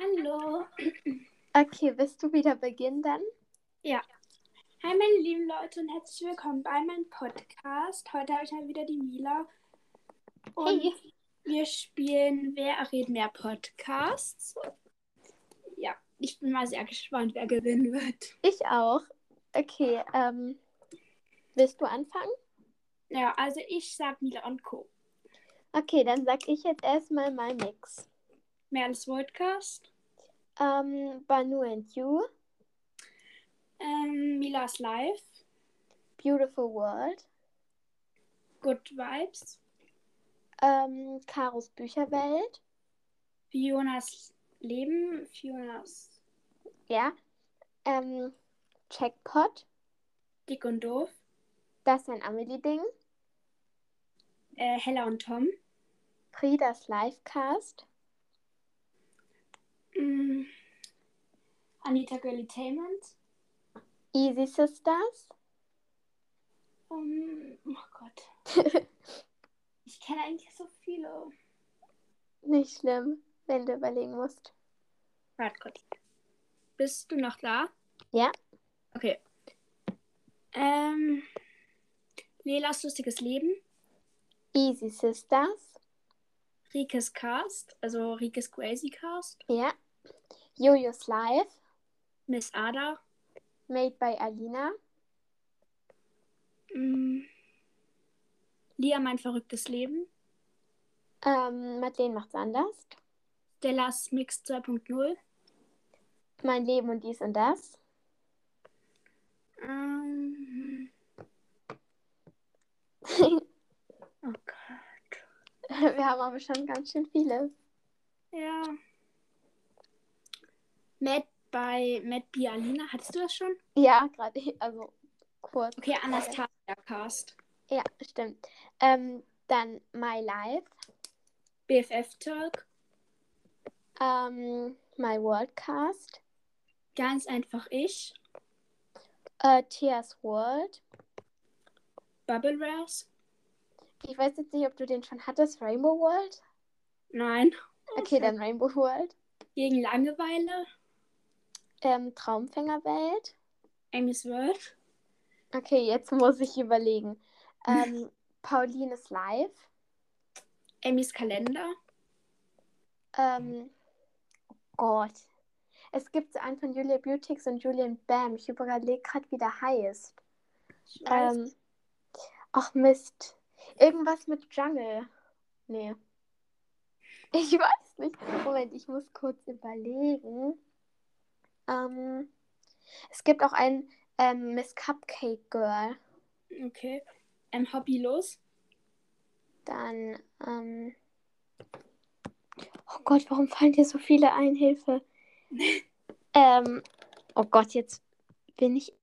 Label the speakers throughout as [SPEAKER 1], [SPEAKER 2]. [SPEAKER 1] Hallo.
[SPEAKER 2] Okay, willst du wieder beginnen dann?
[SPEAKER 1] Hi, meine lieben Leute und herzlich willkommen bei meinem Podcast. Heute habe ich mal wieder die Mila. Und
[SPEAKER 2] Hey.
[SPEAKER 1] wir spielen Wer errät mehr Podcasts. Ja, ich bin mal sehr gespannt, wer gewinnen wird.
[SPEAKER 2] Ich auch. Okay, ähm, willst du anfangen?
[SPEAKER 1] Ja, also ich sag Mila und Co.
[SPEAKER 2] Okay, dann sag ich jetzt erstmal mein Mix.
[SPEAKER 1] Mehr als Podcast.
[SPEAKER 2] Ähm, Banu and You,
[SPEAKER 1] Ähm, Milas Live.
[SPEAKER 2] Beautiful World,
[SPEAKER 1] Good Vibes.
[SPEAKER 2] ähm, Karos Bücherwelt,
[SPEAKER 1] Fionas Leben. Fionas
[SPEAKER 2] ja, ähm, Checkpot,
[SPEAKER 1] Dick und Doof.
[SPEAKER 2] das ist ein Amelie-Ding,
[SPEAKER 1] Äh, Hella und Tom.
[SPEAKER 2] Fridas Livecast,
[SPEAKER 1] Mm. Anita Girlytainment.
[SPEAKER 2] Easy Sisters,
[SPEAKER 1] Um, oh Gott. ich kenne eigentlich so viele.
[SPEAKER 2] nicht schlimm, wenn du überlegen musst.
[SPEAKER 1] Warte kurz. Bist du noch da?
[SPEAKER 2] Ja.
[SPEAKER 1] Okay. Ähm, Lelas lustiges Leben,
[SPEAKER 2] Easy Sisters,
[SPEAKER 1] Rikes Cast, also Rikes Crazy Cast,
[SPEAKER 2] ja, Jojo's Live,
[SPEAKER 1] Miss Ada,
[SPEAKER 2] Made by Alina,
[SPEAKER 1] mm, Lia mein verrücktes Leben,
[SPEAKER 2] ähm, Madeleine macht's anders,
[SPEAKER 1] Stellas Mix 2.0,
[SPEAKER 2] Mein Leben und dies und das,
[SPEAKER 1] ähm, oh Gott.
[SPEAKER 2] Wir haben aber schon ganz schön viele.
[SPEAKER 1] Ja. Matt bei Matt Bialina, hattest du das schon?
[SPEAKER 2] Ja, gerade, eh, also kurz.
[SPEAKER 1] Okay, Anastasia Cast.
[SPEAKER 2] Ja, stimmt. Ähm, dann My Life,
[SPEAKER 1] BFF Talk.
[SPEAKER 2] ähm, My Worldcast,
[SPEAKER 1] Ganz einfach ich.
[SPEAKER 2] äh, Tia's World.
[SPEAKER 1] Bubble Rouse.
[SPEAKER 2] Ich weiß jetzt nicht, ob du den schon hattest, Rainbow World.
[SPEAKER 1] Nein.
[SPEAKER 2] Okay, dann Rainbow World.
[SPEAKER 1] Gegen Langeweile.
[SPEAKER 2] Ähm, Traumfängerwelt.
[SPEAKER 1] Amy's World.
[SPEAKER 2] Okay, jetzt muss ich überlegen. Ähm, Paulines Live.
[SPEAKER 1] Amy's Kalender.
[SPEAKER 2] Ähm, oh Gott. Es gibt so einen von Julia Beautix und Julian Bam. Ich überlege gerade, wie der heißt.
[SPEAKER 1] Ich weiß.
[SPEAKER 2] Ähm, ach Mist. Irgendwas mit Jungle. Nee. Ich weiß nicht. Moment, ich muss kurz überlegen. Ähm, es gibt auch ein ähm, Miss Cupcake Girl.
[SPEAKER 1] Okay. Ähm, Hobbylos.
[SPEAKER 2] Dann, ähm. Oh Gott, warum fallen dir so viele ein? Hilfe. ähm, oh Gott, jetzt bin ich.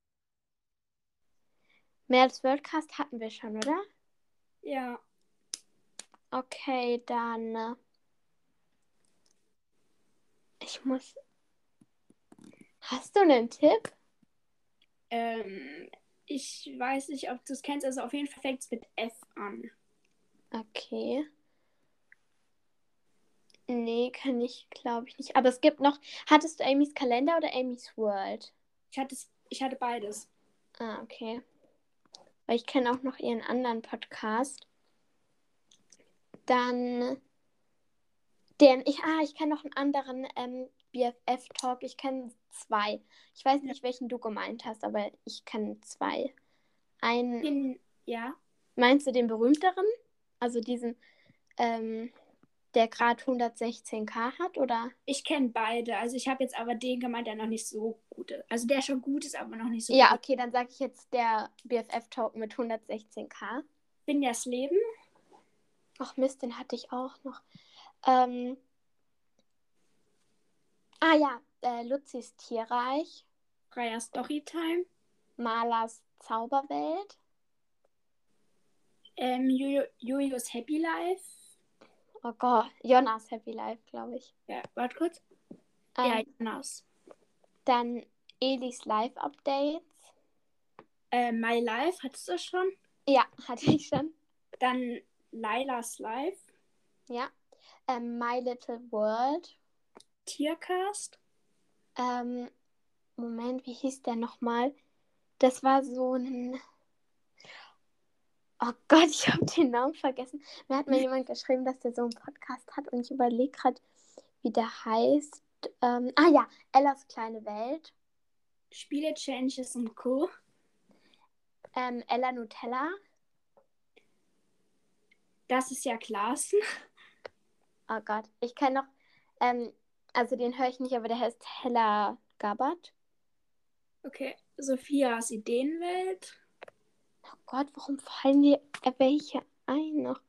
[SPEAKER 2] Mehr als Worldcast hatten wir schon, oder?
[SPEAKER 1] Ja.
[SPEAKER 2] Okay, dann. äh, Ich muss. Hast du einen Tipp?
[SPEAKER 1] Ähm, ich weiß nicht, ob du es kennst. Also auf jeden Fall fängt es mit F an.
[SPEAKER 2] Okay. Nee, kann ich, glaube ich nicht. Aber es gibt noch. Hattest du Amy's Kalender oder Amy's World?
[SPEAKER 1] Ich hatte, es- ich hatte beides.
[SPEAKER 2] Ah, okay. Weil ich kenne auch noch ihren anderen Podcast. Dann. Den, ich, ah, ich kenne noch einen anderen ähm, BFF-Talk. Ich kenne zwei. Ich weiß nicht, welchen du gemeint hast, aber ich kenne zwei. Einen,
[SPEAKER 1] Den, ja.
[SPEAKER 2] meinst du den berühmteren? Also diesen, ähm, der gerade 116k hat, oder?
[SPEAKER 1] Ich kenne beide. Also ich habe jetzt aber den gemeint, der noch nicht so gut ist. Also der schon gut ist, aber noch nicht so
[SPEAKER 2] Ja,
[SPEAKER 1] gut.
[SPEAKER 2] okay, dann sage ich jetzt der BFF-Talk mit 116k.
[SPEAKER 1] Bin das Leben.
[SPEAKER 2] Ach Mist, den hatte ich auch noch. Ähm, ah ja, äh, Luzis Tierreich,
[SPEAKER 1] Freier Storytime.
[SPEAKER 2] Malers Zauberwelt.
[SPEAKER 1] Ähm, Jojo- Jojos Happy Life.
[SPEAKER 2] Oh Gott, Jonas Happy Life, glaube ich.
[SPEAKER 1] Ja, warte kurz. Ja,
[SPEAKER 2] Ähm,
[SPEAKER 1] Jonas.
[SPEAKER 2] Dann Elis Live Updates.
[SPEAKER 1] Äh, My Life, hattest du das schon?
[SPEAKER 2] Ja, hatte ich schon.
[SPEAKER 1] Dann Lailas Life,
[SPEAKER 2] Ja. Ähm, My Little World.
[SPEAKER 1] Tiercast?
[SPEAKER 2] Ähm, Moment, wie hieß der nochmal? Das war so ein. Oh Gott, ich habe den Namen vergessen. Mir hat mir jemand geschrieben, dass der so einen Podcast hat und ich überlege gerade, wie der heißt. Ähm, ah ja, Ellas kleine Welt.
[SPEAKER 1] Spiele, Changes und Co.
[SPEAKER 2] Ähm, Ella Nutella.
[SPEAKER 1] Das ist ja Klaassen.
[SPEAKER 2] Oh Gott, ich kenne noch. Ähm, also den höre ich nicht, aber der heißt Hella Gabbard.
[SPEAKER 1] Okay. Sophias Ideenwelt.
[SPEAKER 2] Oh Gott, warum fallen dir welche ein noch?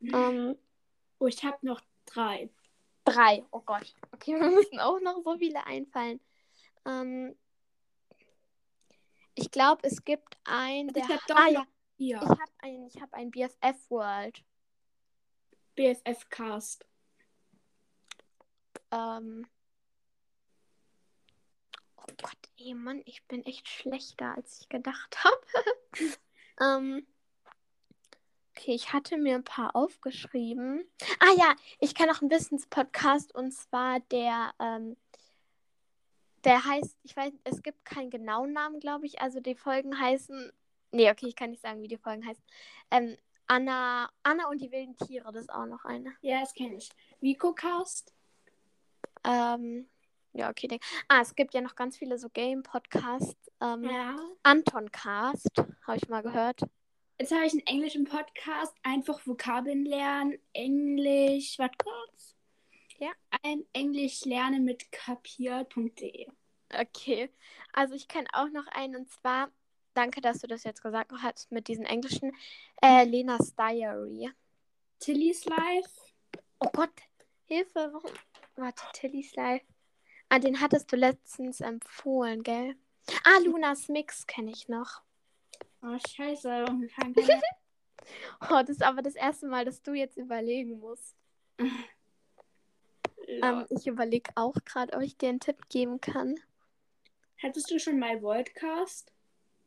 [SPEAKER 2] Ähm,
[SPEAKER 1] Oh, ich habe noch drei.
[SPEAKER 2] drei. Oh Gott. Okay, wir müssen auch noch so viele einfallen. Ähm, ich glaube, es gibt einen,
[SPEAKER 1] Also
[SPEAKER 2] der.
[SPEAKER 1] ich habe doch
[SPEAKER 2] ah, ja,
[SPEAKER 1] noch vier.
[SPEAKER 2] ich habe einen, ich habe einen BFF World.
[SPEAKER 1] BFF Cast.
[SPEAKER 2] Ähm, oh Gott, ey Mann, ich bin echt schlechter, als ich gedacht habe. ähm, okay, ich hatte mir ein paar aufgeschrieben. Ah ja, ich kenne noch einen Wissenspodcast und zwar der, ähm, der heißt, ich weiß, es gibt keinen genauen Namen, glaube ich. Also die Folgen heißen, nee, okay, ich kann nicht sagen, wie die Folgen heißen. Ähm, Anna, Anna und die wilden Tiere, das ist auch noch eine.
[SPEAKER 1] Ja, das kenne ich. Vico Cast.
[SPEAKER 2] Ähm, ja, okay. denk- Ah, es gibt ja noch ganz viele so Game-Podcasts. Ähm,
[SPEAKER 1] Ja.
[SPEAKER 2] Antoncast, habe ich mal gehört.
[SPEAKER 1] Jetzt habe ich einen englischen Podcast. Einfach Vokabeln lernen. Englisch. Warte kurz.
[SPEAKER 2] Ja.
[SPEAKER 1] Ein Englisch lernen mit kapiert.de.
[SPEAKER 2] Okay. Also ich kenne auch noch einen und zwar, danke, dass du das jetzt gesagt hast mit diesen englischen, äh, Lenas Diary.
[SPEAKER 1] Tilly's Life.
[SPEAKER 2] Oh Gott, Hilfe, warum? Warte, Tilly's Life. Ah, den hattest du letztens empfohlen, gell? Ah, Lunas Mix kenne ich noch.
[SPEAKER 1] Oh, scheiße. Mir fallen keine-
[SPEAKER 2] Oh, das ist aber das erste Mal, dass du jetzt überlegen musst.
[SPEAKER 1] Lol.
[SPEAKER 2] Ähm, ich überlege auch gerade, ob ich dir einen Tipp geben kann.
[SPEAKER 1] Hattest du schon mal Voltcast?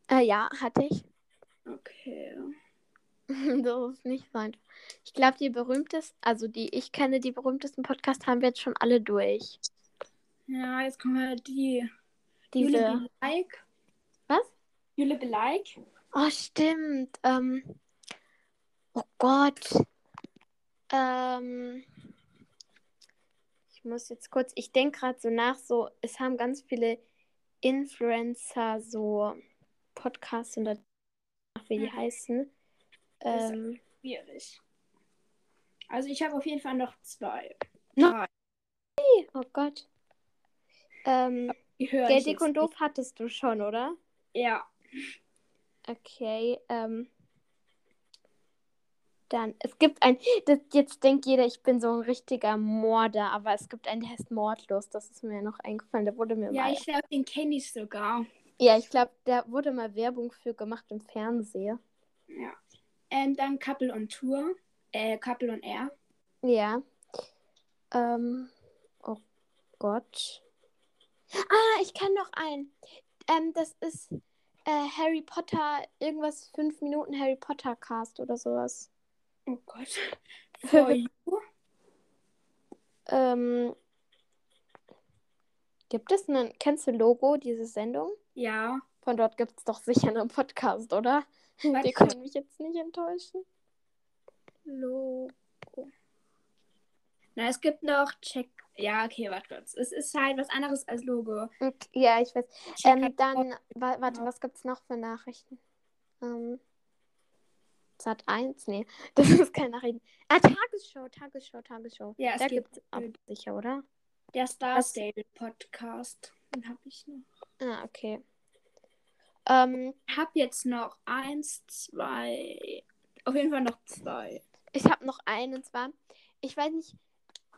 [SPEAKER 2] Äh, ja, hatte ich.
[SPEAKER 1] Okay.
[SPEAKER 2] das ist nicht so einfach. Ich glaube, die berühmtesten, also die ich kenne, die berühmtesten Podcasts haben wir jetzt schon alle durch.
[SPEAKER 1] Ja, jetzt kommen wir die.
[SPEAKER 2] Diese.
[SPEAKER 1] Jule Belike.
[SPEAKER 2] Was?
[SPEAKER 1] Jule Belike.
[SPEAKER 2] Oh, stimmt. Ähm, oh Gott. Ähm, ich muss jetzt kurz, ich denke gerade so nach, so, es haben ganz viele Influencer so Podcasts und da, wie die
[SPEAKER 1] Mhm.
[SPEAKER 2] heißen.
[SPEAKER 1] Das-
[SPEAKER 2] Ähm,
[SPEAKER 1] Schwierig. Also ich habe auf jeden Fall noch zwei. Ah,
[SPEAKER 2] Noch-
[SPEAKER 1] Drei.
[SPEAKER 2] Oh Gott. Ähm,
[SPEAKER 1] Die höre
[SPEAKER 2] der
[SPEAKER 1] ich
[SPEAKER 2] Dick
[SPEAKER 1] jetzt
[SPEAKER 2] und
[SPEAKER 1] nicht.
[SPEAKER 2] Doof hattest du schon, oder?
[SPEAKER 1] Ja.
[SPEAKER 2] Okay, ähm. Dann, es gibt ein, das, jetzt denkt jeder, ich bin so ein richtiger Morder, aber es gibt einen, der heißt Mordlos, das ist mir noch eingefallen, da wurde mir
[SPEAKER 1] Ja,
[SPEAKER 2] mal,
[SPEAKER 1] ich glaube, den kenne ich sogar.
[SPEAKER 2] ja, ich glaube, da wurde mal Werbung für gemacht im Fernsehen.
[SPEAKER 1] Ja. Ähm, dann Couple on Tour. Äh, Couple on Air.
[SPEAKER 2] Ja. Ähm, oh Gott. Ah, ich kenne noch einen. Ähm, das ist äh, Harry Potter, irgendwas, 5 Minuten Harry Potter Cast oder sowas.
[SPEAKER 1] Oh Gott. For you.
[SPEAKER 2] Ähm, gibt es einen, kennst du Logo, diese Sendung?
[SPEAKER 1] Ja.
[SPEAKER 2] Von dort gibt es doch sicher einen Podcast, oder? Die
[SPEAKER 1] Warte.
[SPEAKER 2] können mich jetzt nicht enttäuschen.
[SPEAKER 1] Logo. Na, es gibt noch Check. Ja, okay, warte kurz. Es ist halt was anderes als Logo.
[SPEAKER 2] Okay, ja, ich weiß.
[SPEAKER 1] Check halt
[SPEAKER 2] Ähm, dann, wa warte, was gibt es noch für Nachrichten? Ähm, Sat 1? Nee, das ist keine Nachrichten. Ah, Tagesschau, Tagesschau, Tagesschau.
[SPEAKER 1] Ja, es
[SPEAKER 2] da
[SPEAKER 1] gibt-
[SPEAKER 2] gibt es auch sicher, oder?
[SPEAKER 1] der Star
[SPEAKER 2] Was-
[SPEAKER 1] Stable Podcast. Den habe ich noch.
[SPEAKER 2] Ah, okay. Ähm,
[SPEAKER 1] Ich habe jetzt noch eins, zwei. Auf jeden Fall noch zwei.
[SPEAKER 2] Ich habe noch einen und zwar, ich weiß nicht,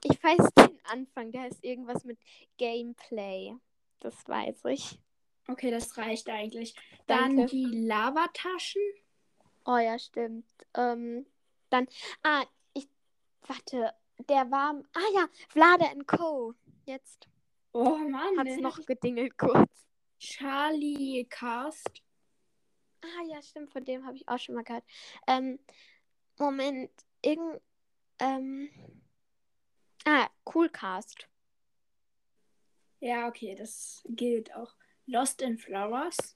[SPEAKER 2] ich weiß den Anfang, der ist irgendwas mit Gameplay. Das weiß ich.
[SPEAKER 1] Okay, das reicht eigentlich. Dann
[SPEAKER 2] Danke.
[SPEAKER 1] die Lavataschen.
[SPEAKER 2] Oh ja, stimmt. Ähm, dann, ah, ich, warte, der war, ah ja, Vlade and Co. Jetzt
[SPEAKER 1] Oh Mann. den
[SPEAKER 2] hat es
[SPEAKER 1] hab
[SPEAKER 2] noch
[SPEAKER 1] ich-
[SPEAKER 2] gedingelt kurz.
[SPEAKER 1] Charlie Cast.
[SPEAKER 2] Ah ja, stimmt, von dem habe ich auch schon mal gehört. Ähm, Moment, irgend, ähm, ah, Coolcast.
[SPEAKER 1] Ja, okay, das gilt auch. Lost in Flowers.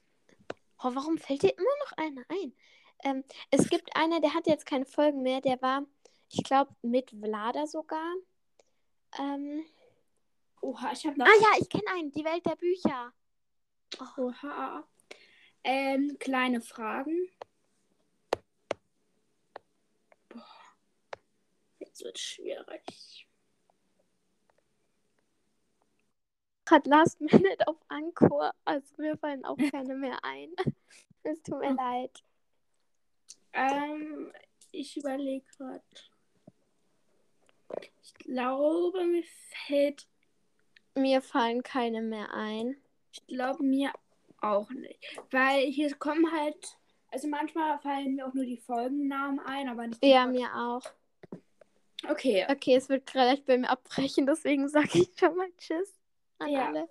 [SPEAKER 2] Oh, warum fällt dir immer noch einer ein? Ähm, es gibt einer, der hat jetzt keine Folgen mehr. Der war, ich glaube, mit Vlada sogar. Ähm,
[SPEAKER 1] Oha, ich habe noch.
[SPEAKER 2] ah ja, ich kenne einen. Die Welt der Bücher.
[SPEAKER 1] Oha. Ähm, kleine Fragen. Boah. Jetzt wird schwierig.
[SPEAKER 2] Hat Last Minute auf Anchor. Also mir fallen auch keine mehr ein. Es tut mir leid.
[SPEAKER 1] Ähm, ich überlege gerade. Ich glaube, mir fällt.
[SPEAKER 2] Mir fallen keine mehr ein.
[SPEAKER 1] Ich glaube, mir auch nicht. Weil hier kommen halt. Also manchmal fallen mir auch nur die Folgennamen ein, aber nicht die
[SPEAKER 2] Ja,
[SPEAKER 1] Folgen-
[SPEAKER 2] mir auch.
[SPEAKER 1] Okay.
[SPEAKER 2] Okay, es wird gleich bei mir abbrechen, deswegen sage ich schon mal Tschüss an
[SPEAKER 1] Ja.
[SPEAKER 2] alle.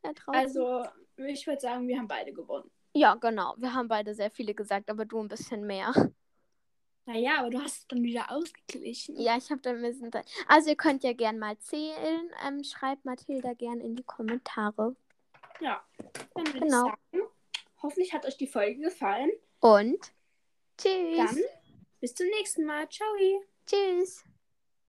[SPEAKER 2] Da draußen.
[SPEAKER 1] Also, ich würde sagen, wir haben beide gewonnen.
[SPEAKER 2] Ja, genau. Wir haben beide sehr viele gesagt, aber du ein bisschen mehr.
[SPEAKER 1] Naja, aber du hast es dann wieder ausgeglichen.
[SPEAKER 2] Ja, ich habe da ein bisschen. Zeit. Also, ihr könnt ja gern mal zählen. Ähm, schreibt Mathilda gern in die Kommentare.
[SPEAKER 1] Dann würde
[SPEAKER 2] Genau.
[SPEAKER 1] ich sagen, hoffentlich hat euch die Folge gefallen.
[SPEAKER 2] Und tschüss.
[SPEAKER 1] Dann bis zum nächsten Mal. Ciao.
[SPEAKER 2] Tschüss.